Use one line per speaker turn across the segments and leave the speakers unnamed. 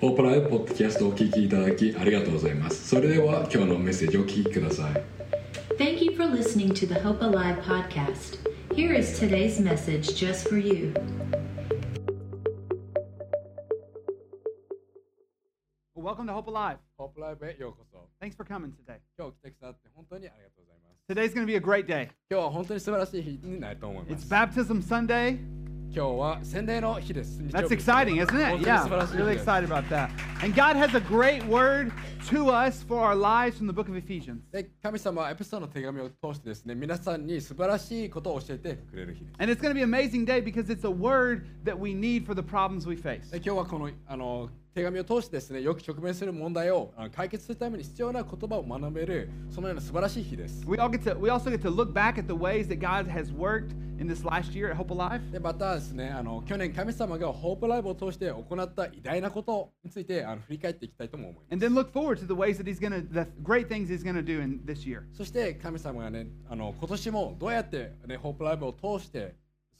ポープライブポッドキャストをお聞きいただきありがとうございますそれでは今日のメッセージをお聞きください
Thank you for listening to the Hope Alive podcast. Here is today's message just for you.
Well, welcome to Hope Alive.
ポープライブへようこそ
Thanks for coming today.
今日来てくださって本当にありがとうございます
Today's going to be a great day.
今日は本当に素晴らしい日になると思いま
It's
す
Baptism Sunday.
今日は洗礼の日です日曜日
That's exciting, isn't
本
it?
当に
Yeah,
素晴らしい日です
really excited about that. And God has a great word to us for our lives from the book of Ephesians.
で神様はエペソの手紙を通してですね皆さんに素晴らしいことを教えてくれる日です
And it's going to be an amazing day because it's a word that we need for the problems we face.
で今日はこのあの手紙を通してですねよく直面する問題をあの解決するために必要な言葉を学べるそのような素晴らしい日です
We, all get to, we also get to look back at the ways that God has worked in this last year at Hope Alive.
でまたですねあの去年神様がホープライブを通して行った偉大なことについてあの振り返っていきたいとも思いま
And
す
then look forward to the ways that He's going to, the great things He's going to do in this year.
そして神様がねあの今年もどうやって、ね、ホープライブを通して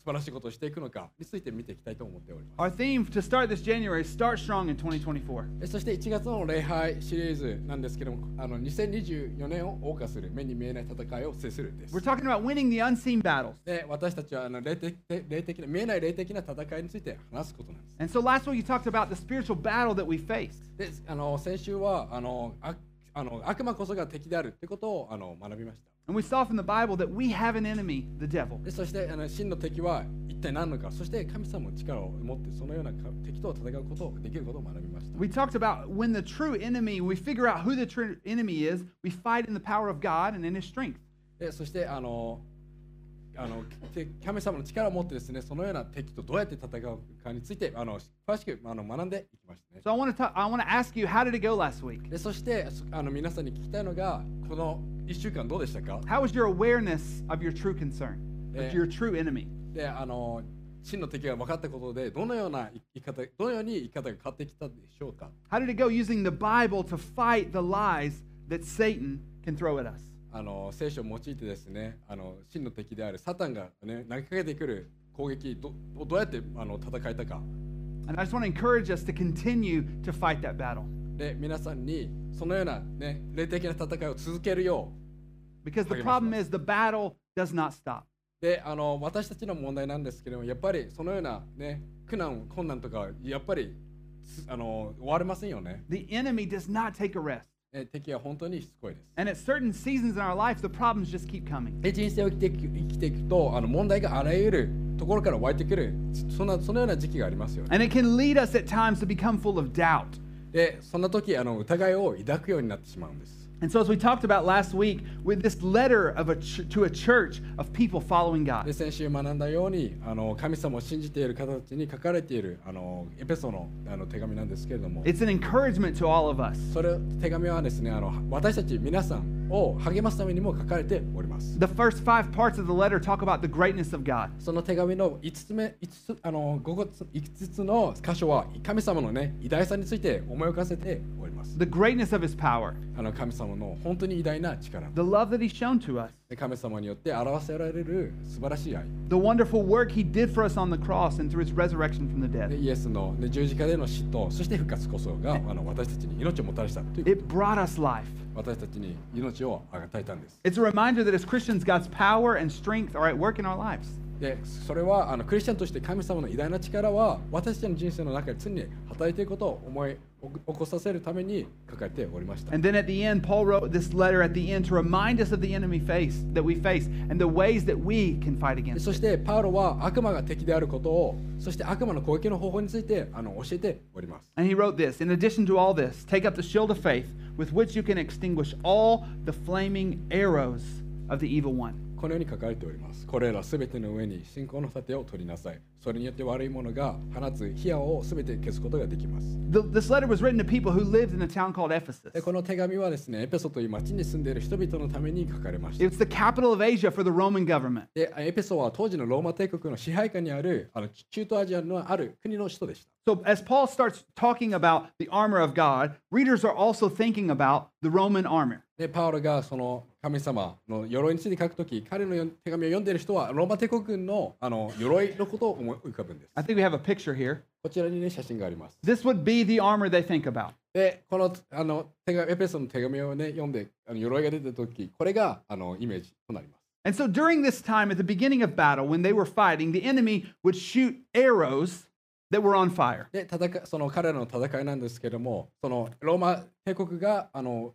素晴らしいことをしていくのかについて見ていきたいと思っております
Our theme to start this January is Start Strong in 2024.
えそして1月の礼拝シリーズなんですけどもあの2024年を謳歌する目に見えない戦いを制するです
We're talking about winning the unseen battles.
で私たちはあの霊的霊的な見えない霊的な戦いについて話すことなんです
And so last week you talked about the spiritual battle that we face.
であの先週はあのああの悪魔こそが敵であるということをあの学びました
And we saw from the Bible that we have an enemy, the devil.
でそしてあの真の敵は一体何なのかそして神様の力を持ってそのようなか敵と戦うことをできることを学びました
We talked about when the true enemy, we figure out who the true enemy is, we fight in the power of God and in his strength.
でそしてあのあのて神様の力を持ってですねそのような敵とどうやって戦うかについてあの詳しくあの学んでいきましたね
So I want to talk, I want to ask you, how did it go last week?
でそしてそあの皆さんに聞きたいのがこの1週間どうでしたか
How was your awareness of your true concern,
Eh.
of your true enemy?
であの真の敵が分かったことでどのような生き方どのように生き方が変わってきたでしょうか
How did it go using the Bible to fight the lies that Satan can throw at us?
あの聖書を用いてですねあの真の敵であるサタンが、ね、投げかけてくる攻撃どをどうやってあの戦えたか
And I just want to encourage us to continue to fight that battle.
で皆さんにそのような、ね、霊的な戦いを続けるよ
Because
Pretty much
the problem
was.
is the battle does not stop.
うであの私たちの問題なんですけれどもやっぱりそのような、ね、苦難困難とかやっぱりつあの終われませんよね
The enemy does not take a rest.
ね敵は本当にしつこいです
And at certain seasons in our life, the problems just keep coming.
で人生を生きていく生きていくとあの問題があらゆるところから湧いてくるそんなそのような時期がありますよね。
And it can lead us at times to become full of doubt.
でそんな時あの疑いを抱くようになってしまうんです。
And so, as we talked about last week, with this letter of a ch- to a church of people following
で
God,
先週学んだようにあの神様を信じている方たちに書かれているあのエペソのあの手紙なんですけれども
it's an encouragement to all of us.
それ手紙はですねあの私たち皆さんを励ますためにも書かれております。
The first five parts of the letter talk about the greatness of God.
その手紙の5つ目5つあの ,5 つ5つの箇所は神様のね偉大さについて思い浮かせております。
the greatness of his power,
あの神様の本当に偉大な力
the love that he's shown to us,
で神様によって表せられる素晴らしい愛
the wonderful work he did for us on the cross and through his resurrection from the
で
dead.
イエスので十字架での死とそして復活こそがあの私たちに命をもたらしたという
It brought us life.
私たちに命を与えたんです
It's a reminder that as Christians, God's power and strength are at work in our lives.
でそれはあのクリスチャンとして神様の偉大な力は私たちの人生の中で常に働いていることを思い起こさせるために書かれておりました
And then at the end, Paul wrote this letter at the end to remind us of the enemy face that we face and the ways that we can fight
で
against.
そ
it.
してパウロは悪魔が敵であることをそして悪魔の攻撃の方法についてあの教えております
And he wrote this In addition to all this, take up the shield of faith with which you can extinguish all the flaming arrows of the evil one.
このように書かれております。これらすべての上に信仰の盾を取りなさい。それによって悪いものが放つ火矢をすべて消すことができます。
The, this letter was written to people who lived in a town called Ephesus.
でこの手紙はですね、エペソという町に住んでいる人々のために書かれました。
It's the capital of Asia for the Roman government.
でエペソは当時のローマ帝国の支配下にあるあの中東アジアのある国の首都でした。
So, as Paul starts talking about the armor of God, readers are also thinking about the Roman armor.
でパウロがその神様の鎧について書くとき彼の手紙を読んでいる人はローマ帝国軍のあの鎧のことを思い浮かぶんです
I think we have a picture here.
こちらにね写真があります
This would be the armor they think about.
でこのあの手紙エペソの手紙をね読んであの鎧が出てるときこれがあのイメージとなります
And so, during this time, at the beginning of battle, when they were fighting, the enemy would shoot arrows that were on fire.
で戦いその彼らの戦いなんですけどもそのローマ帝国があの、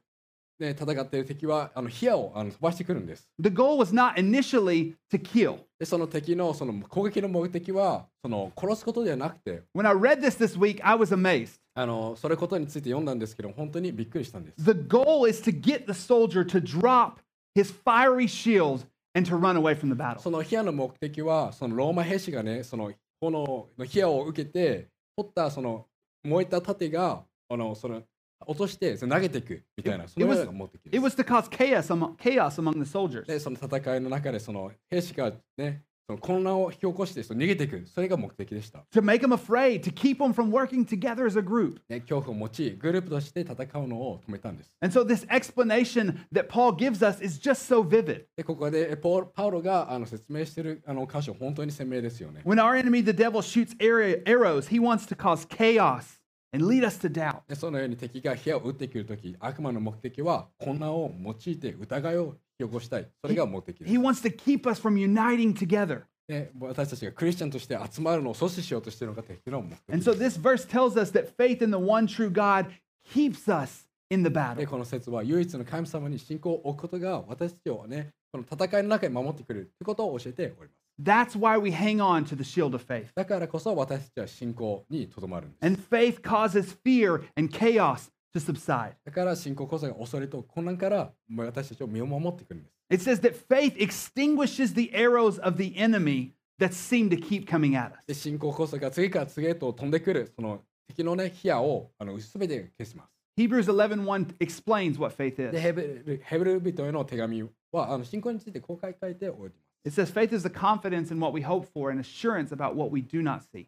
ね、戦っている敵はあの火矢をあの飛ばしてくるんです
The goal was not initially to kill.
でその敵のその攻撃の目的はその殺すことではなくて
When I read this this week, I was amazed.
あのそれことについて読んだんですけど本当にびっくりしたんです
The goal is to get the soldier to drop his fiery shield and to run away from the battle.
その火矢の目的はそのローマ兵士がねその炎の火矢を受けて取ったその燃えた盾があのその落としてその投げていくみたいなそのようなのが目的
It
です
was to cause chaos among, chaos among the soldiers.
でその戦いの中でその兵士がねその混乱を引き起こしてその逃げていくそれが目的でした
to make them afraid, to keep them from working together as a group.
ね恐怖を持ちグループとして戦うのを止めたんです
And so this explanation that Paul gives us is just so vivid.
でここでえポールパウロがあの説明してるあの箇所本当に鮮明ですよね
When our enemy, the devil, shoots arrow- arrows, he wants to cause chaos and lead us to doubt.
でそのように敵が火を撃ってくるとき、悪魔の目的は混乱を用いて疑いを引き起こしたい。それが目的です
He。wants to keep us from uniting together.
で私たちがクリスチャンとして集まるのを阻止しようとしているのかというのも目
And
的。
so this verse tells us that faith in the one true God keeps us in the
で、
battle.
この説は唯一の神様に信仰を置くことが私たちをね、この戦いの中に守ってくれるということを教えております。
That's why we hang on to the shield of faith.
だからこそ私たちは信仰にとどまるんです。
And faith causes fear and chaos to subside.
だから信仰こそが恐れと混乱から私たちを身を守ってくるんです。
It says that faith extinguishes the arrows of the enemy that seem to keep coming at us.
で信仰こそが次から次へと飛んでくるその敵のね、火矢をあの全て消します。
Hebrews 11:1 explains what faith
で
is.
ヘブルヘブル人への手紙はあの信仰について公開書いておいてます。
It says faith is the confidence in what we hope for and assurance about what we do not see.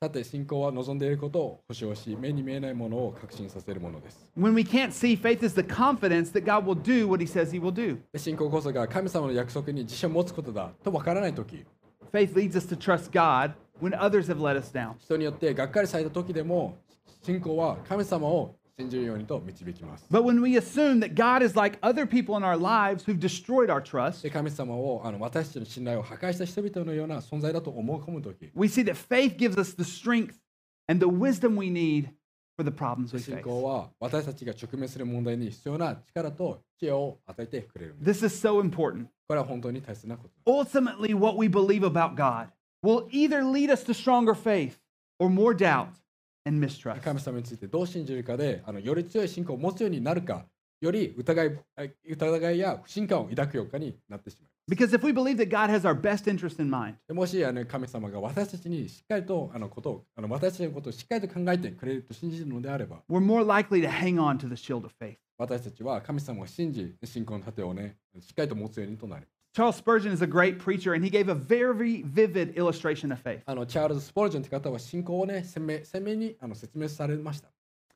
さて信仰は望んでいることを保証し目に見えないものを確信させるものです。
When we can't see, faith is the confidence that God will do what he says he will do.
で信仰こそが神様の約束に自信を持つことだとわからないとき、
Faith leads us to trust God when others have let us down.
人によってがっかりされたときでも信仰は神様を信じるようにと導きます。
But when we assume that God is like other people in our lives who've destroyed our trust,
で神様をあの私たちの信頼を破壊した人々のような存在だと思い込むとき、
we see that faith gives us the strength and the wisdom we need for the problems we
信
face.
仰は私たちが直面する問題に必要な力と知恵を与えてくれるんです。
This is so important.
これは本当に大切なことです。
Ultimately, what we believe about God will either lead us to stronger faith or more doubt and mistrust.
神様についてどう信じるかであのより強い信仰を持つようになるかより疑いえ疑いや不信感を抱くようかになってしまう
Because if we believe that God has our best interest in mind,
でもしあの神様が私たちにしっかりとあのことをあの私たちのことをしっかりと考えてくれると信じるのであれば
we're more likely to hang on to the shield of faith.
私たちは神様を信じ信仰の盾をねしっかりと持つようにとなる
Charles Spurgeon is a great preacher, and he gave a very vivid illustration of faith.
あのチャールズ・スポルジョンという方は信仰をね鮮明鮮明にあの説明されました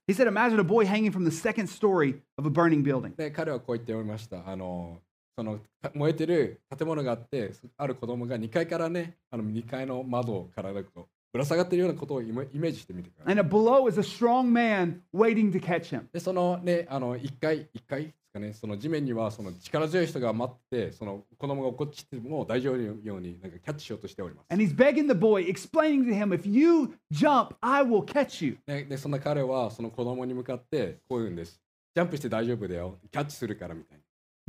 He said, Imagine a boy hanging from the second story of a burning building.
で彼はこう言っておりましたあのそのた燃えてる建物があってそある子供が2階からねあの2階の窓からなんかこうぶら下がってるようなことをイメイメージしてみてください
And below is a strong man waiting to catch him.
でそのねあの1階1階ですかねその地面にはその力強い人が待っててその子供が落っこちても大丈夫なようになんかキャッチしようとしております
And he's begging the boy, explaining to him, If you jump, I will catch you.
ででそんな彼はその子供に向かってこう言うんですジャンプして大丈夫だよキャッチするからみたいな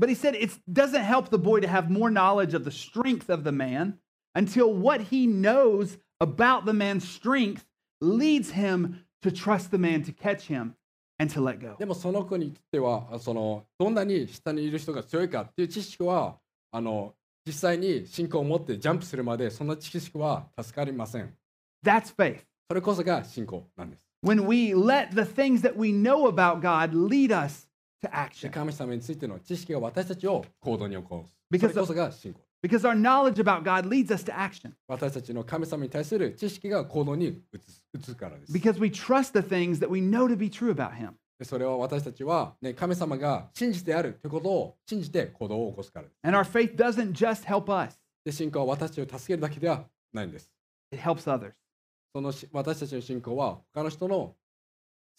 But he said, It doesn't help the boy to have more knowledge of the strength of the man until what he knows about the man's strength leads him to trust the man to catch him and to let go.
でもその子にとってはあそのどんなに下にいる人が強いかっていう知識はあの実際に信仰を持ってジャンプするまでそんな知識は助かりません。
That's faith.
それこそが信仰なんです。
When we let the things that we know about God lead us to
で
action.
神様についての知識が私たちを行動に起こす。そ
Because
れこそが信仰。
because our knowledge about God leads us to action.
私たちの神様に対する知識が行動に移す移すからです。
Because we trust the things that we know to be true about Him.
でそれは私たちは、ね、神様が信じてあるということを信じて行動を起こすからです。
And our faith doesn't just help us,
で信仰は私たちを助けるだけではないんです。
it helps others.
そのし私たちの信仰は他の人の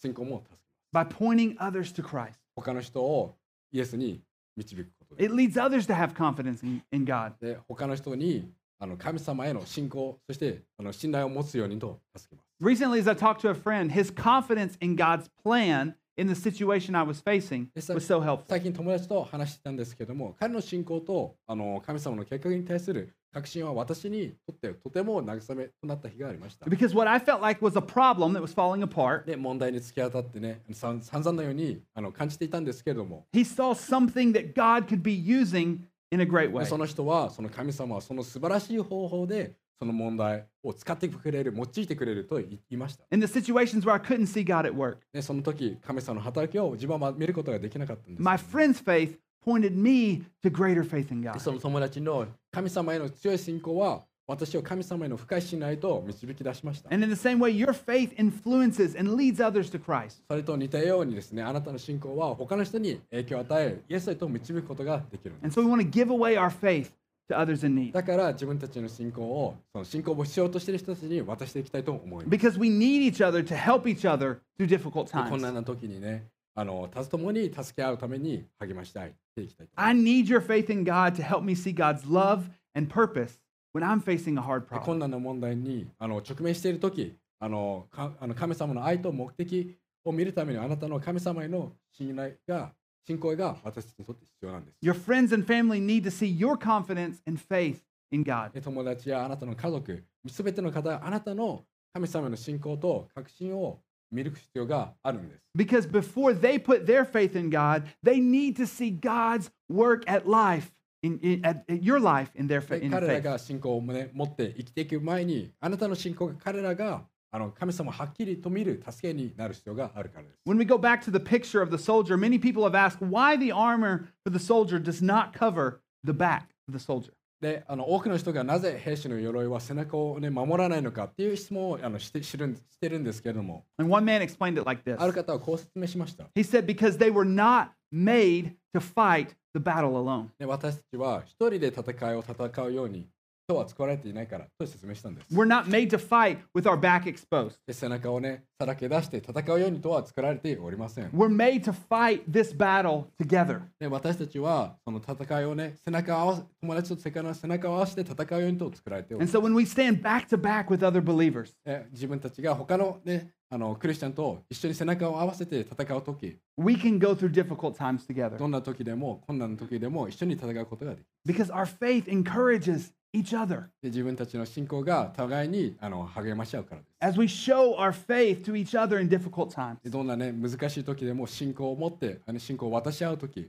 信仰も助けます。
By pointing others to Christ,
他の人をイエスに導くことで
it leads others to have confidence in, in God.
す。で他の人にあの神様への信仰、そしてあの信頼を持つようにと助けます。
Recently, as I talked to a friend, his confidence in God's plan in the situation I was facing
It's like-
was so helpful.
最近友達と話してたんですけども彼の信仰とあの神様の計画に対する確信は私にとってとても慰めとなった日がありました。
Because what I felt like was a problem that was falling apart,
で問題に突き当たってねさん散々なようにあの感じていたんですけれども
he saw something that God could be using in a great
で
way.
その人はその神様はその素晴らしい方法でその問題を使ってくれる用いてくれると言いました
In the situations where I couldn't see God at work,
でその時神様の働きを自分は見ることができなかったんです
my friend's faith pointed me to greater faith in
で
God.
その友達の神様への強い信仰は私を神様への深い信頼と導き出しました
And in the same way, your faith influences and leads others to Christ.
それと似たようにですねあなたの信仰は他の人に影響を与えイエスへと導くことができるんです
And so we want to give away our faith to others in need
だから自分たちの信仰をその信仰を必要としている人たちに渡していきたいと思います
because we need each other to help each other through difficult
困難
times.
な時にね、あの、たつともに助け合うために励ましたいっていきたいと思い
I need your faith in God to help me see God's love and purpose when I'm facing a hard
ます。困
problem.
難な問題にあの直面している時、あのかあの神様の愛と目的を見るためにあなたの神様への信頼が信仰が私たちにとって必要なんです。
Your friends and family need to see your confidence and faith in God.
で友達やあなたの家族、すべての方、あなたの神様への信仰と確信を見る必要があるんです。
Because before they put their faith in God, they need to see God's work at life, in, in- at, at your life in their fa-
で
in
彼ら
faith.
が信仰を、ね、持って生きていく前に、あなたの信仰が彼らがあの神様をはっきりと見る助けになる必要があるからです。
When we go back to the picture of the soldier, many people have asked why the armor for the soldier does not cover the back of the soldier.
であの多くの人がなぜ兵士の鎧は背中を、ね、守らないのかっていう質問をあのして知るんしてるんですけれども
And one man explained it like this
ある方はこう説明しました、
He said, Because they were not made to fight the battle alone.
ね、私たちは一人で戦いを戦うように人は作られていないからと説明したんです
We're not made to fight with our back exposed.
で背中をねさらけ出して戦うようにとは作られておりません
We're made to fight this battle together.
で私たちはその戦いをね背中を合わせ友達と背中背中を合わせて戦うようにと作られておりま
And
す
so when we stand back to back with other believers,
で自分たちが他のねあのクリスチャンと一緒に背中を合わせて戦う時
we can go through difficult times together
どんな時でも困難な時でも一緒に戦うことができる
because our faith encourages each other.
で自分たちの信仰が互いにあの励まし合うからです。
As we show our faith to each other in difficult times,
でどんなね難しい時でも信仰を持ってあの信仰を渡し合う時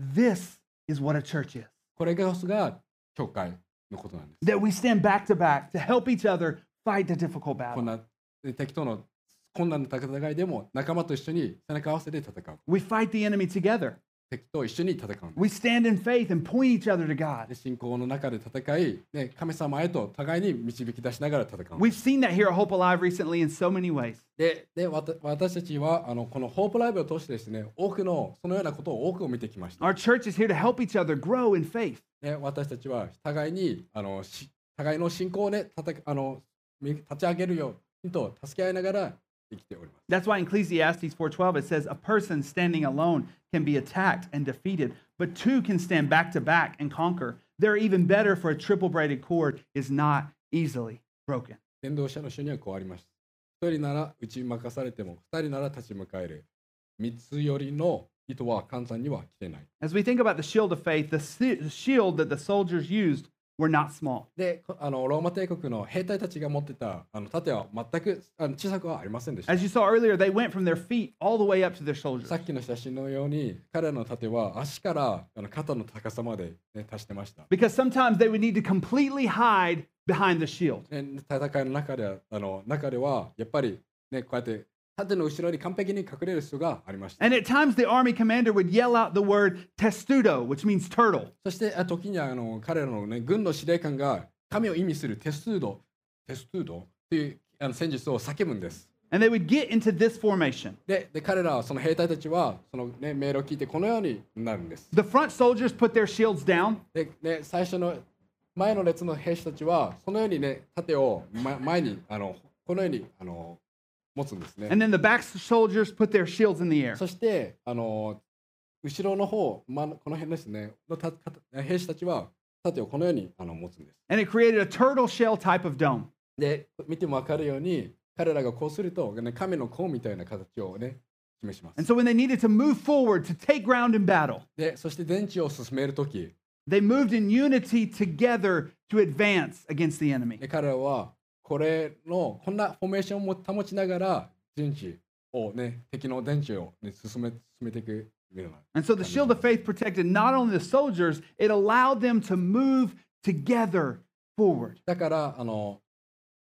this is what a church is.
これがが教会のことなんです。
That we stand back to back to help each other fight the difficult
こん
battle.
なで敵との困難な戦いでも仲間と一緒に背中合わせて戦う
We fight the enemy together.
敵と一緒に戦うんです
We stand in faith and point each other to
で
God.
信仰の中で戦い、ね、神様へと互いに導き出しながら戦うんです
We've seen that here at Hope Alive recently in so many ways.
ででわた私たちはあのこのホープライブを通してですね多くのそのようなことを多く見てきました
Our church is here to help each other grow in faith.
ね、私たちは互いにあのし互いの信仰をねたたあのみ立ち上げるようにと助け合いながら生きております。
That's why in Ecclesiastes 4:12 it says a person standing alone can be attacked and defeated, but two can stand back to back and conquer. They're even better for a triple braided cord is not easily broken.
伝道者の書にはこうあります。一人なら打ち負かされても、二人なら立ち向かえる。三つよりの糸は簡単には来てない。
As we think about the shield of faith, the si- the shield that the soldiers used were not small.
で、こあのローマ帝国の兵隊たちが持ってたあの盾は全くあの小さくはありませんでした
As。you saw earlier, they went from their feet all the way up to their shoulders.
さっきの写真のように、彼らの盾は足からあの肩の高さまで、ね、達してました。
Because sometimes they would need to completely hide behind the shield.
ね戦いの中ではあの中ではやっぱり、ね、こうやって盾の後ろに完璧に隠れる必要がありました。
And at times, the army commander would yell out the word testudo, which means turtle.
そしてあ時にあの彼らの、ね、軍の司令官が神を意味するテストゥード、テストゥードというあの戦術を叫ぶんです。
And they would get into this formation.
でで彼らはその兵隊たちはその、ね、メールを聞いてこのようになるんです。
The front soldiers put their shields down,
でで最初の前の列の兵士たちはそのようにね盾を、ま、前にあのこのようにあの持つんですね。
and then the back soldiers put their shields in the air.
そしてあの後ろの方、ま、この辺ですねのたた兵士たちは盾をこのようにあの持つんです。
And it created a turtle shell type of dome.
で見ても分かるように彼らがこうすると、ね、神の子みたいな形をね示しま
And
す。
so when they needed to move forward to take ground in battle,
でそして電池を進めるとき
they moved in unity together to advance against the enemy.
で彼らはこれのこんなフォーメーションを保ちながら陣地をね敵の電池を、ね、進め進めていくみたいな
And so the shield of faith protected not only the soldiers, it allowed them to move together forward.
だからあの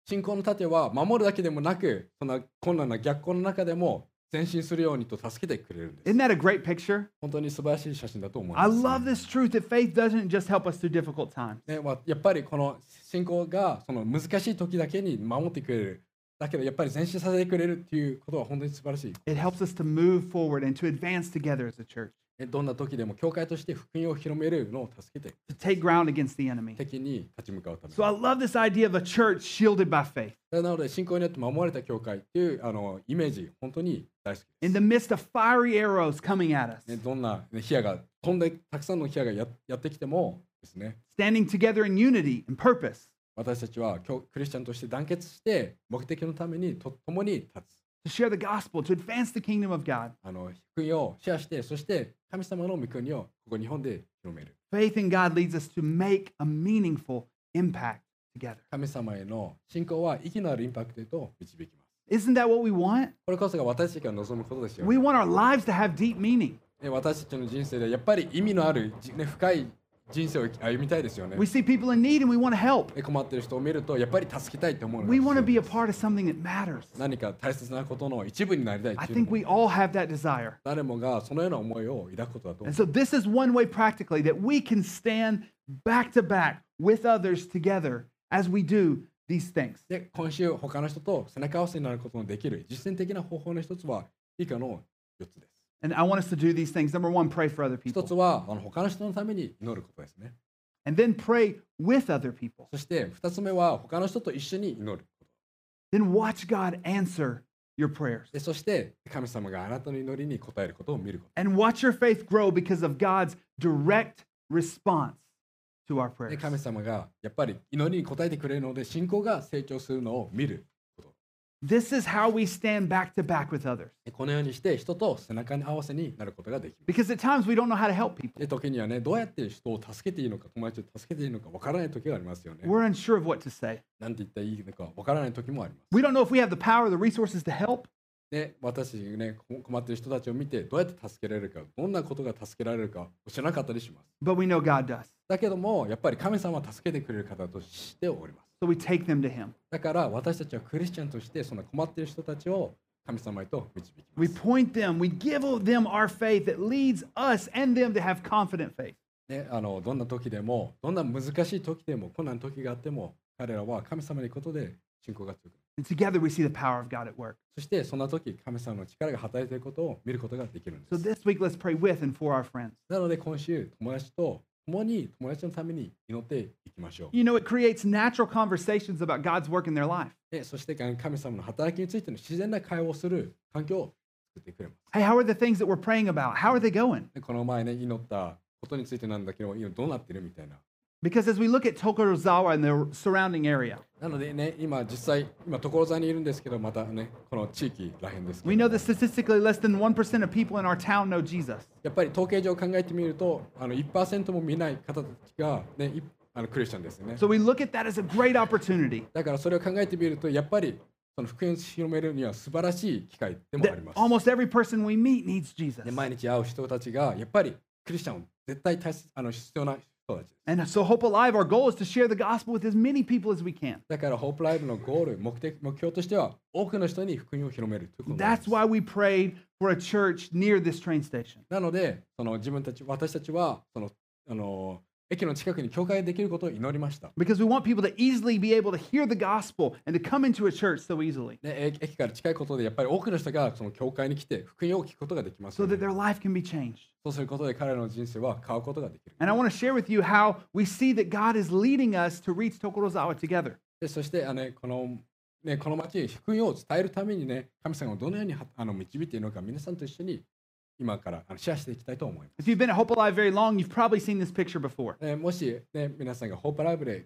信仰の盾は守るだけでもなくそんな困難な逆行の中でも前進するようにと助けてくれるんです
Isn't that a great picture?
本当に素晴らしい写真だと思い
I
ます
love this truth that faith doesn't just help us through difficult times.
ね、まあやっぱりこの信仰がその難しい時だけに守ってくれるだけどやっぱり前進させてくれるっていうことは本当に素晴らしい
It helps us to move forward and to advance together as a church,
ねどんな時でも教会として福音を広めるのを助けて
to take ground against the enemy.
敵に立ち向かうため
So I love this idea of a church shielded by faith.
なので信仰によって守られた教会っていうあのイメージ本当に大好きで
In the midst of fiery arrows coming at us,
す、ね、どんなね火矢が飛んでたくさんの火矢がややってきてもですね
standing together in unity and purpose
私たちは教クリスチャンとして団結して目的のためにと共に立つ
to share the gospel, to advance the kingdom of God.
あの福音をシェアしてそして神様の御国をここ日本で広める
Faith in God leads us to make a meaningful impact together.
神様への信仰は息のあるインパクトへと導きます。
Isn't that what we want?
これこそが私たちが望むことですよ、
We
ね。
want our lives to have deep meaning.
ね私たちの人生でやっぱり意味のある、じね、深い人生を歩みたいですよね
We。see people in need and we want to help.
ね困ってる人を見るとやっぱり助けたいと思うの
We want to
です
be a part of something that matters.
何か大切なことの一部になりたい
I
っていうの
think
も
we all have that desire.
誰もがそのような思いを抱くことだと思
And
う。
so, this is one way practically that we can stand back to back with others together as we do these things.
で、今週他の人と背中合わせになることのできる実践的な方法の一つは以下の4つです。
And I want us to do these things. Number one, pray for other
一つ
people,
はあの他の人のために祈ることですね。
and then pray with other people.
そして二つ目は他の人と一緒に祈る。
Then watch God answer your prayers
でそして神様があなたの祈りに応えることを見るこ
and watch your faith grow because of God's direct response to our
と。で
prayers.
神様がやっぱり祈りに応えてくれるので信仰が成長するのを見ること。
This is how we stand back to back with others
でこのようにして人と背中に合わせになることができる。
because at times we don't know how to help people.
で時にはねどうやって人を助けていいのか友達を助けていいのかわからない時がありますよね。
We're unsure of what to say.
なんて言ったらいいのかわからない時もあります。
We don't know if we have the power, the resources to help.
で私たちがねこ困っている人たちを見てどうやって助けられるかどんなことが助けられるか知らなかったりします。
but we know God does.
だけどもやっぱり神様は助けてくれる方としております。
So we take them to Him.
だから私たちはクリスチャンとしてその困っている人たちを神様へと導き
We
ます。
point them, we give them our faith that leads us and them to have confident faith.
ね、あのどんな時でも、どんな難しい時でも、困難な時があっても、彼らは神様のことで信仰が強くなる。
And together we see the power of God at work.
そしてそんな時、神様の力が働いていることを見ることができるん
So
です。
this week, let's pray with and for our friends.
なので今週、友達と共に友達のために祈っていきましょう。
You know, it creates natural conversations about God's work in their life.
でそして神様の働きについての自然な会話をする環境を作ってくれます。
Hey, how are the things that we're praying about? How are they going?
でこの前ね、祈ったことについてなんだけど、今どうなってるみたいな。
Because as we look at Tokorozawa and the surrounding area,
なのでね、今実際、今所沢にいるんですけど、またね、この地域らへんですけ
we
ど
know that statistically less than 1% of people in our town know Jesus.
やっぱり統計上考えてみると、あの1%も見ない方たちが、ね、いあのクリスチャンですよね
So。we look at that as a great opportunity
だからそれを考えてみると、やっぱりその福音を広めるには素晴らしい機会でもあ
that
ります。
almost every person we meet needs Jesus.
で毎日会う人たちが、やっぱりクリスチャンを絶対大切あの必要な人たちです。
And so, Hope Alive, our goal is to share the gospel with as many people as we can.
だから、ホープライブのゴール、目的、目標としては、多くの人に福音を広めるということなんで
That's
す。
why we prayed for a church near this train station.
なので、その自分たち、私たちは、その、あの、駅の近くに教会ができることを祈りました。
Because we want people to easily be able to hear the gospel and to come into a church so easily
ね、駅駅から近いことで、やっぱり多くの人がその教会に来て、福音を聞くことができます、
so
よね
that their life can be changed.
そうすることで彼らの人生は変わることができる。
And I want to share with you how we see that God is leading us to reach Tokorozawa together.
でそしてあの、ね、この、ね、この町、福音を伝えるためにね、神様をどのようにはあの導いているのか、皆さんと一緒に今からあのシェアしていきたいと思います。
If you've been at Hope Alive very long, you've probably seen this picture before.
えーもし、ね、皆さんがホープライブで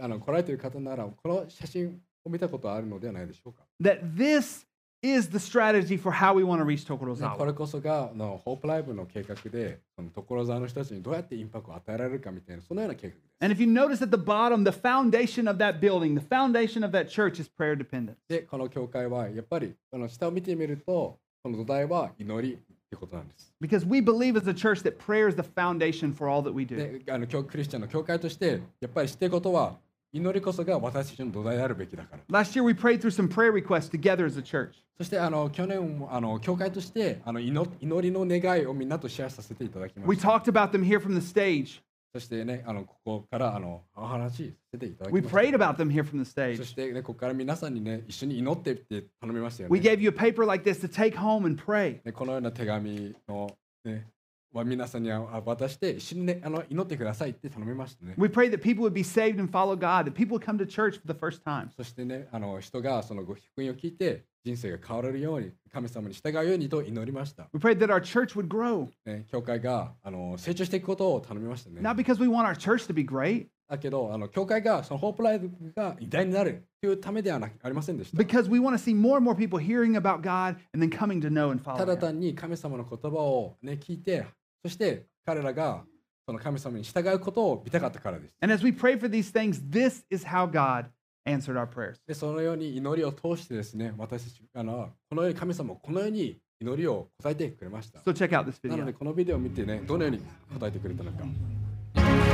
あの来られている方なら、この写真を見たことはあるのではないでしょうか。
That this is the strategy for how we want to reach
ねこ
Tokorozawa.
れこそがあのホープライブの計画で、その所沢の人たちにどうやってインパクトを与えられるかみたいな、そのような計画です。
And if you notice at the bottom, the foundation of that building, the foundation of that church is prayer dependent.
で、この教会はやっぱりあの下を見てみると、この土台は祈りってことなんです。
Because we believe as a church that prayer is the foundation for all that we do.
であの教クリスチャンの教会としてやっぱりしてることは祈りこそが私たちの土台であるべきだから。
Last year, we prayed through some prayer requests together as a church.
そしてあの去年もあの教会としてあの祈祈りの願いをみんなとシェアさせていただきま
We
した。
talked about them here from the stage.
そしてねあのここからあのお話しさせていただき
We
ま
prayed
した。
about them here from the
そ
stage.
してねここから皆さんにね一緒に祈ってって頼みましたよ
We
ね。
gave you a paper like this to take home and pray.
ねこのような手紙のねは皆さんには渡して一緒にねあの祈ってくださいって頼みましたね。
We prayed that people would be saved and follow God, that people would come to church for the first time.
そしてね、あの人がそのご福音を聞いて人生が変われるように、神様に従うようにと祈りました。
We prayed that our church would grow,
ね、教会があの成長していくことを頼みましたね。
not because we want our church to be great,
だけど、あの教会がそのホープライブが偉大になるというためではなありませんでした。
because we want to see more and more people hearing about God and then coming to know and
た
follow
だ
Him.
単に神様の言葉を、ね、聞いて、そして彼らがその神様に従うことを見たかったからです。
And as we pray for these things, this is how God answered our prayers.
でそのように祈りを通してですね、私たちあのこのように神様はこのように祈りを答えてくれました。
So check out this
なの
video.
でこのビデオを見てね、どのように答えてくれたのか。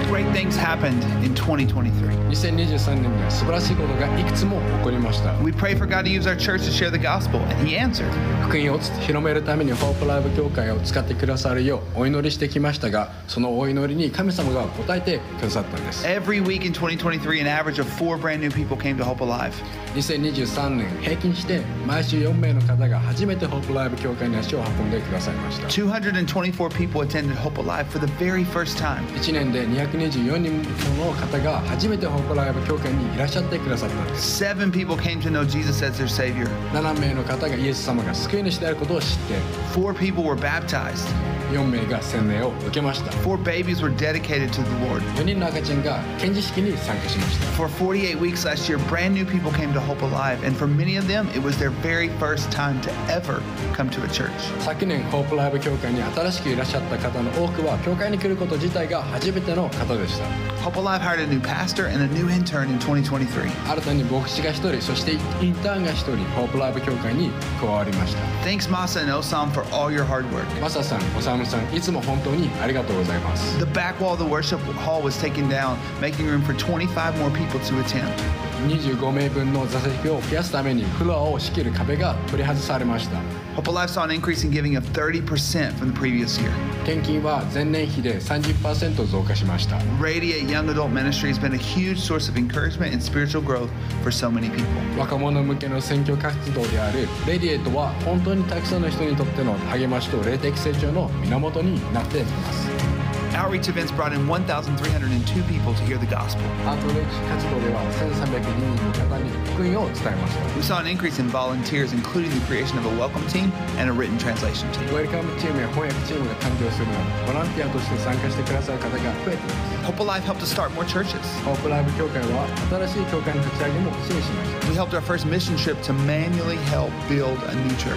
Great things happened in 2023.
2023年には素晴らしいことがいくつも起こりました
We pray for God to use our church to share the gospel, and He answered.
福音を広めるためにホープライブ協会を使ってくださるようお祈りしてきましたがそのお祈りに神様が応えてくださったんです
Every week in 2023, an average of four brand new people came to Hope Alive.
2023年平均して毎週4名の方が初めてホープライブ協会に足を運んでくださいました
224 people attended Hope Alive for the very first time.
1年で224人もの方が初めてホープライブ協会にいらっしゃってくださったんです
Seven people came to know Jesus as their Savior.
7名の方がイエス様が救い主であることを知っ
Four people were baptized.
て4名が洗礼を受けました
Four babies were dedicated to the Lord.
4人の赤ちゃんが献事式に参加しました
For 48 weeks last year, brand new people came to Hope Alive, and for many of them, it was their very first time to ever come to a church.
昨年ホープライブ協会に新しくいらっしゃった方の多くは教会に来ること自体が初めての方でした
Hope Alive hired a new pastor and a new intern in 2023.
新たに牧師が1人そしてインターンが1人ホープライブ協会に加わりました
Thanks, Masa and Osam, for all your hard work.
マサさんオサムさんいつも本当にありがとうございます
The back wall of the worship hall was taken down, making room for 25 more people to attend.
25名分の座席を増やすためにフロアを仕切る壁が取り外されました
Hope Alive saw an increase in giving of 30% from the previous year.
献金は前年比で30%増加しました
Radiate Young Adult Ministry has been a huge source of encouragement and spiritual growth for so many people.
若者向けの選挙活動であるレディエイトは本当にたくさんの人にとっての励ましと霊的成長の源になっています
Outreach events brought in 1,302 people to hear the gospel.
アートレイチ活動では1300人の方に福音を伝えました
We saw an increase in volunteers, including the creation of a welcome team and a written translation team.
ウェルカムチームや翻訳チームが誕生するなどボランティアとして参加してくださる方が増えています
Hope Alive helped us start more churches.
ホープライブ協会は新しい協会の立ち上げも支援しまし
We helped our first mission trip to manually help build a new church.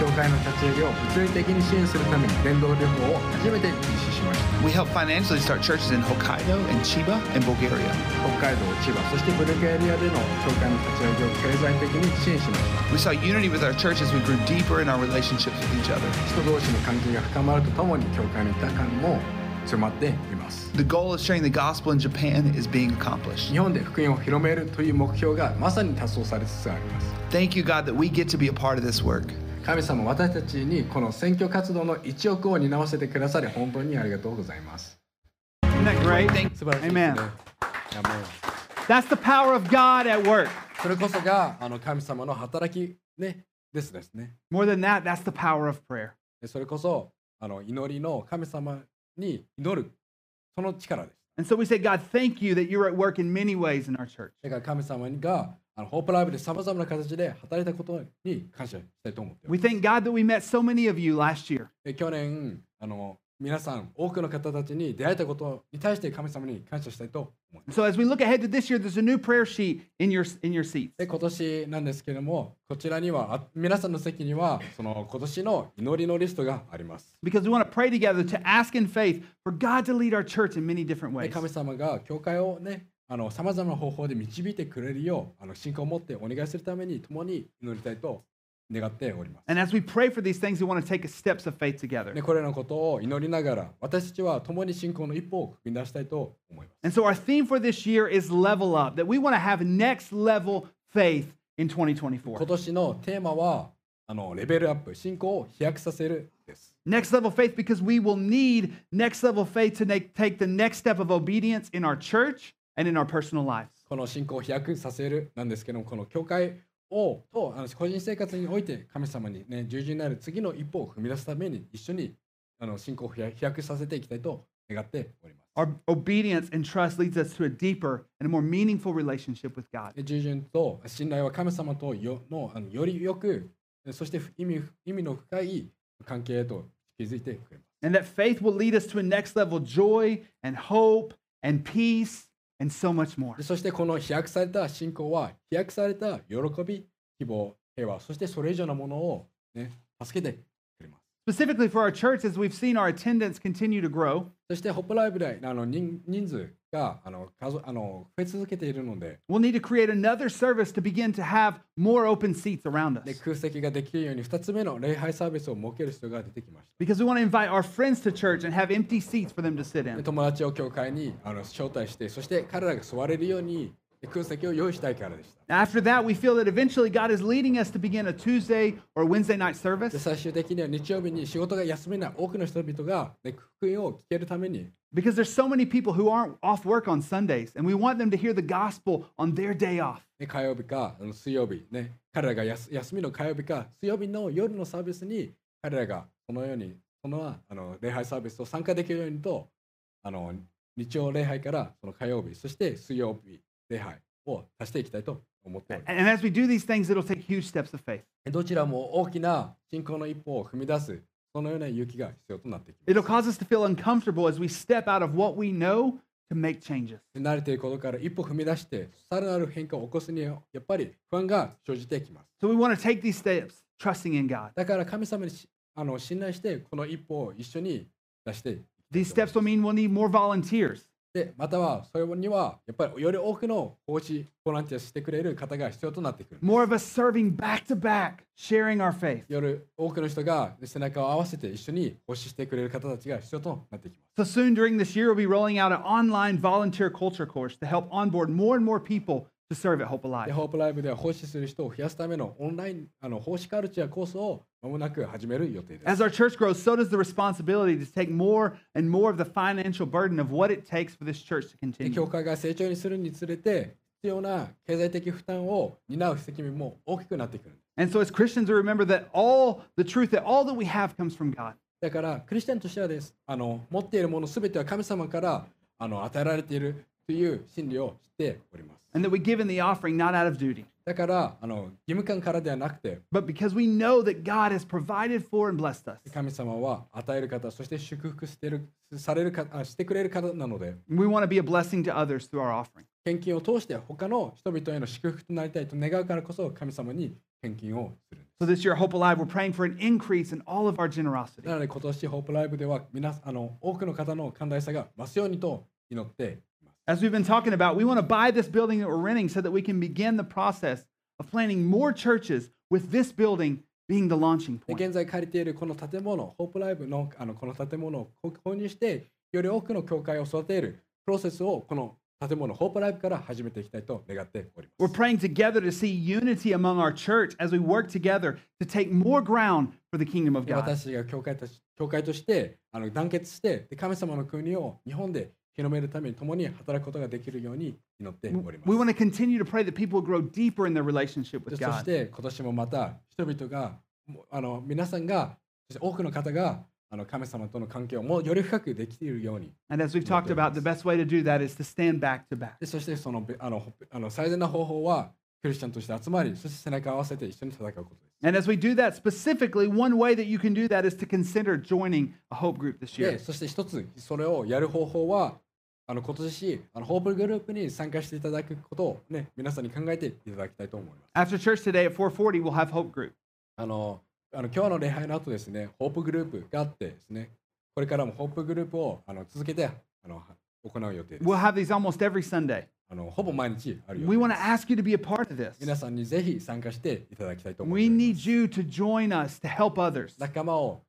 た協会の立ち上げを物理的に支援するために電動旅行を初めて実施しました
We help financially start churches in Hokkaido and Chiba and Bulgaria.
北海道千葉そしてブルガリアでの協会の立ち上げを経済的に支援しました
We saw unity with our church as we grew deeper in our relationships with each other.
人同士の関係が深まるとともに教会の豊かも強まっています。
The goal of sharing the gospel in Japan is being accomplished.
日本で福音を広めるという目標がまさに達成されつつあります。
Thank you, God, that we get to be a part of this work.
神様私たちにこの選挙活動の一億を担わせてくださり本当にありがとうございます。
Isn't that great?
Thank
素晴らしいですね。
Amen.
いやもう
That's the power of God at work.
それこそがあの神様の働きねですですね。
More than that, that's the power of prayer.
でそれこそあの祈りの神様に祈るその力です。
And so we say, God, thank you that you're at work in many ways in our church.
だから神様があのホープライブでさまざまな形で働いたことに感謝したいと思っていま
We
す
thank God that we met so many of you last year.
で去年あの皆さん多くの方たちに出会えたことに対して神様に感謝したいと思います。
And so as we look ahead to this year, there's a new prayer sheet in your in your seats.
で今年なんですけれどもこちらにはあ皆さんの席にはその今年の祈りのリストがあります。
Because we want to pray together to ask in faith for God to lead our church in many different
で
ways.
神様が教会をねさまざまな方法で導いてくれるようあの信仰を持ってお願いするために共に祈りたいと願っております。
And as we pray for these things, we want to take steps of faith together.
でこれらのことを祈りながら私たちは共に信仰の一歩を踏み出したいと思います。
And so our theme for this year is level up, that we want to have next level faith in 2024.
今年のテーマはあのレベルアップ信仰を飛躍させるです。
Next level faith because we will need next level faith to make, take the next step of obedience in our church and in our personal lives.
この信仰を飛躍させるなんですけどもこの教会をとあの個人生活において神様に、ね、従順になる次の一歩を踏み出すために一緒にあの信仰を飛躍飛躍させていきたいと願っております。
Our obedience and trust leads us to a deeper and a more meaningful relationship with God.
従順と信頼は神様とよのあのよりよくそして意味意味の深い関係へと気づいてくれます
And that faith will lead us to a next level joy and hope and peace and so much more.
でそしてこの飛躍された信仰は飛躍された喜び希望平和そしてそれ以上のものを、ね、助けてくれます
Specifically for our church, as we've seen our attendance continue to grow,
そしてホップライブであの人人数があの数あの増え続けているので
we'll need to create another service to begin to have more open seats around
で
us.
空席ができるように2つ目の礼拝サービスを設ける必要が出てきまし
Because we want to invite our friends to church and have empty seats for them to sit
たで
in.
友達を教会にあの招待してそして彼らが座れるようにで空席を用意したいからでした
After that, we feel that eventually God is leading us to begin a Tuesday or Wednesday night
で
service
最終的には日曜日に仕事が休めない多くの人々が、ね、福音を聞けるために
because there's so many people who aren't off work on Sundays and we want them to hear the gospel on their day off.
ね火曜日かあの水曜日、ね、彼らがやす休みの火曜日か水曜日の夜のサービスに彼らがこのようにそのあの礼拝サービスを参加できるようにとあの日曜礼拝からその火曜日そして水曜日礼拝を足していきたいと思っておりま
And as we do these things, it'll take huge steps of faith.
すどちらも大きな信仰の一歩を踏み出すそのような勇気が必要となってきます
It'll cause us to feel uncomfortable as we step out of what we know to make changes.
慣れていることから一歩踏み出してさらなる変化を起こすにはやっぱり不安が生じてきます
So we want to take these steps trusting in God.
だから神様にしあの信頼してこの一歩を一緒に出していきたいと思います
These steps will mean we'll need more volunteers.
でまたはそれにはやっぱりより多くの奉仕ボランティアしてくれる方が必要となってくる
More of us serving back to back, sharing our faith.
より多くの人が背中を合わせて一緒に奉仕してくれる方たちが必要となってきます
So soon during this year, we'll be rolling out an online volunteer culture course to help onboard more and more people to serve at Hope
で
Alive.
ホープライブでは奉仕する人を増やすためのオンラインあの奉仕カルチャーコースをまもなく始める予定です
As our church grows, so does the responsibility to take more and more of the financial burden of what it takes for this church to
で教
continue.
会が成長にするにつれて必要な経済的負担を担う責任も大きくなってくる
And so as Christians, we remember that all the truth that all that we have comes from God.
だからクリスチャンとしてはですあの持っているもの全ては神様からあの与えられているという真理を知っております
and that we give in the offering not out of duty,
だからあの義務感からではなくて
but because we know that God has provided for and blessed us.
神様は与える方そして祝福してるされるかあしてくれる方なので
And we want to be a blessing to others through our offering.
献金を通して他の人々への祝福となりたいと願うからこそ神様に献金をする
So this year, Hope Alive, we're praying for an increase in all of our generosity.
なので今年ホープライブでは皆さんあの多くの方の寛大さが増すようにと祈っています。
As we've been talking about, we want to buy this building that we're renting so that we can begin the process of planning more churches with this building being the launching
で
point.
現在借りているこの建物、ホープライブのあのこの建物を購購入してより多くの教会を育てるプロセスをこの建物、ホープライブから始めていきたいと願っておりま
We're
す。
praying together to see unity among our church as we work together to take more ground for the kingdom of God.
私たちが教会たち教会としてあの団結してで神様の国を日本で広めるために共に働くことができるように祈っております
We。want to continue to pray that people will grow deeper in their relationship
でそ
with
し
God.
て今年もまた人々がもうあの皆さんがそして多くの方があの神様との関係をもうより深くできているように
And as we've talked about, the best wayと do that is to stand back to back.
でそしてそのべあのほあの最善な方法はクリスチャンとして集まりそして背中を合わせて一緒に戦うことです。
And as we do that specifically, one way that you can do that is to consider joining a hope group this
で
year.
そして一つそれをやる方法はあの今年あのホープグループに参加していただくことを、ね、皆さんに考えていただきたいと思います
After church today at 4:40, we'll have hope group.
あのあの今日の礼拝の後ですねホープグループがあってですねこれからもホープグループをあの続けてあの行う予定です
We'll have these almost every Sunday.
あのほぼ毎日あるよ
We want to ask you to be a part of this.
皆さんにぜひ参加していただきたいと思
We
いま
need
す
you to join us to help others.
仲間を、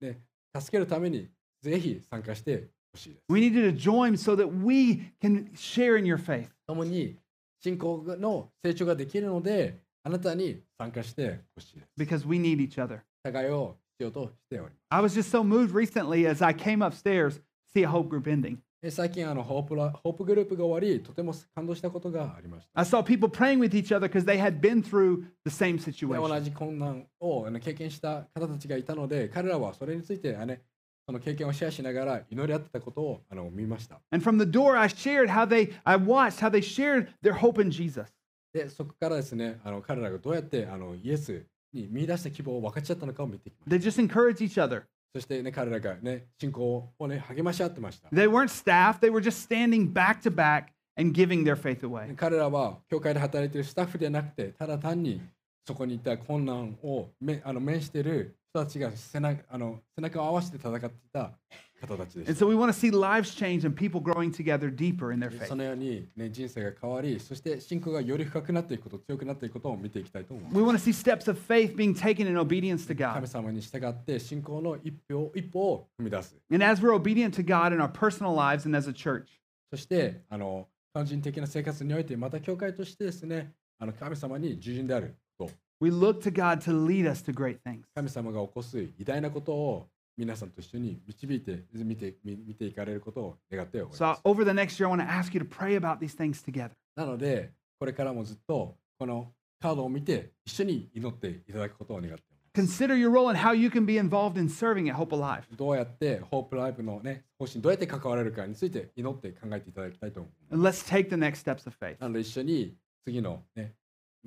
ね、助けるためにぜひ参加してほしいです
We need you to join so that we can share in your faith.
共に信仰の成長ができるのであなたに参加してほしいです
because we need each other.
互いを必要としております
I was just so moved recently as I came upstairs to see a hope group ending.
え最近あのホープラホープグループが終わりとても感動したことがありました
I saw people praying with each other because they had been through the same
で同
situation.
じ困難をあの経験した方たちがいたので彼らはそれについてあ、ね、その経験をシェアしながら祈り合ってたことをあの見ました
And from the door, I shared how they, I watched how they shared their hope in Jesus.
でそこからですねあの彼らがどうやってあのイエスに見出した希望を分かち合ったのかを見てきました
They just encouraged each other.
そして、ね、彼らが、ね、信仰を、ね、励まし合ってました
They weren't staff, they were just standing back to back and giving their faith
で
away.
彼らは教会で働いているスタッフでなくてただ単にそこにいた困難をめあの面している人たちが背中あの背中を合わせて戦っていた方たちで
And
した
so we want to see lives change and people growing together deeper in their
で
faith.
そのように、ね、人生が変わりそして信仰がより深くなっていくこと強くなっていくことを見ていきたいと思います
We want to see steps of faith being taken in obedience to
神
God.
様に従って信仰の一歩一歩を踏み出す
And as we're obedient to God in our personal lives and as a church,
そして、あの、個人的な生活において、また教会としてですね、あの神様に従順であること、
We look to God to lead us to great things.
神様が起こす偉大なことを皆さんと一緒に導いて、見てみ見ていかれることを願っております。
So, I- over the next year, I want to ask you to pray about these things together.
なので、これからもずっとこのカードを見て、一緒に祈っていただくことを願っておりま
Consider your role and how you can be involved in serving at Hope Alive.
す。どうやってホープライブのね、方針、どうやって関われるかについて祈って考えていただきたいと思います。
And let's take the next steps of faith.
なので、一緒に次のね、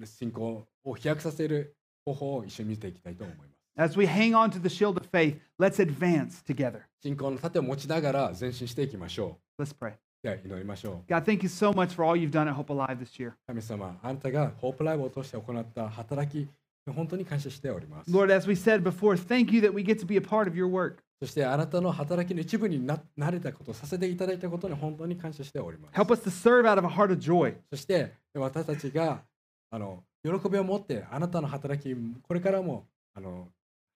信仰を飛躍させる方法を一緒に見ていきたいと思います。
As we hang on to the shield of faith, let's advance together.
信仰の盾を持ちながら前進していきましょ
Let's pray.
う。では祈りましょう。
God, thank you so much for all you've done at Hope Alive this year.
神様、あなたがホープライブを通して行った働き、本当に感謝しております。
Lord, as we said before, thank you that we get to be a part of your work.
そしてあなたの働きの一部にななれたこと、させていただいたことに本当に感謝しております。
Help us to serve out of a heart of joy.
そして私たちがあの喜びを持ってあなたの働き、これからもあの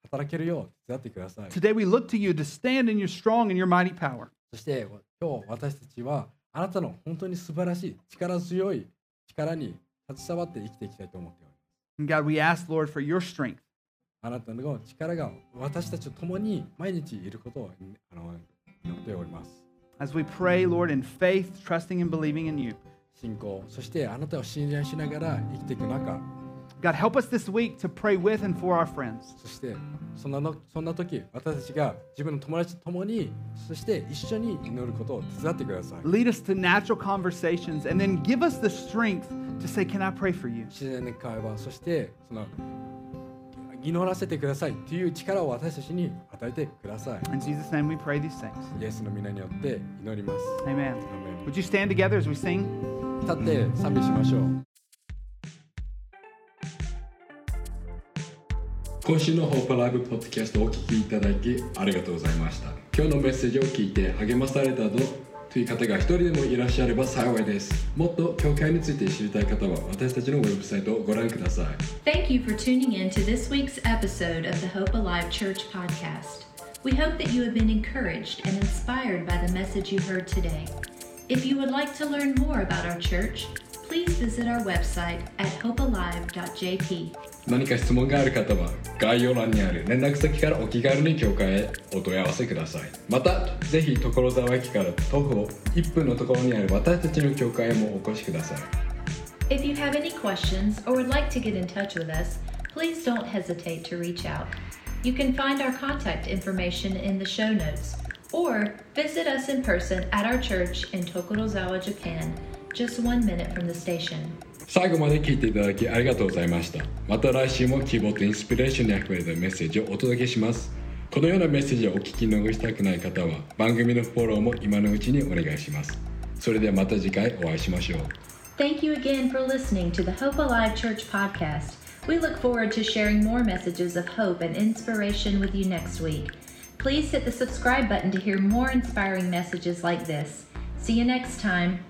働けるよう手伝ってください。
Today, we look to you to stand in your strong and your mighty power.
そして今日私たちはあなたの本当に素晴らしい、力強い力に携わって生きていきたいと思っております。
And God, we ask, Lord, for your strength.
あなたの力が私たちと共に毎日いることをあの祈っております。
As we pray, Lord, in faith, trusting and believing in you.
信仰、そしてあなたを信頼しながら生きていく中、
God, help us this week to pray with and for our friends.
そしてそんなのそんな時、私たちが自分の友達と共に、そして一緒に祈ることを手伝ってください。
Lead us to natural conversations and then give us the strength to say, Can I pray for you?
自然な会話、そしてその祈らせてくださいという力を私たちに与えてください。
In Jesus' name, we pray these things.
イエスの皆によって祈ります。
Amen.
アーメン
Would you stand together as we sing?
立って賛美しましょう。今週のホープライブポッドキャストをお聞きいただきありがとうございました今日のメッセージを聞いて励まされたぞという方が一人でもいらっしゃれば幸いですもっと教会について知りたい方は私たちのウェブサイトをご覧ください
Thank you for tuning in to this week's episode of the Hope Alive Church podcast. We hope that you have been encouraged and inspired by the message you heard today. If you would like to learn more about our church, please visit our website at hopealive.jp.
何か質問がある方は概要欄にある連絡先からお気軽に教会へお問い合わせくださいまたぜひ所沢駅から徒歩1分のところにある私たちの教会へもお越しください
If you have any questions or would like to get in touch with us, please don't hesitate to reach out. You can find our contact information in the show notes or visit us in person at our church in Tokorozawa, Japan, just one minute from the station.
最後まで聞いていただきありがとうございましたまた来週も希望とインスピレーションにあふれたメッセージをお届けしますこのようなメッセージをお聞き逃したくない方は番組のフォローも今のうちにお願いしますそれではまた次回お会いしましょう
Thank you again for listening to the Hope Alive Church podcast. We look forward to sharing more messages of hope and inspiration with you next week. Please hit the subscribe button to hear more inspiring messages like this. See you next time.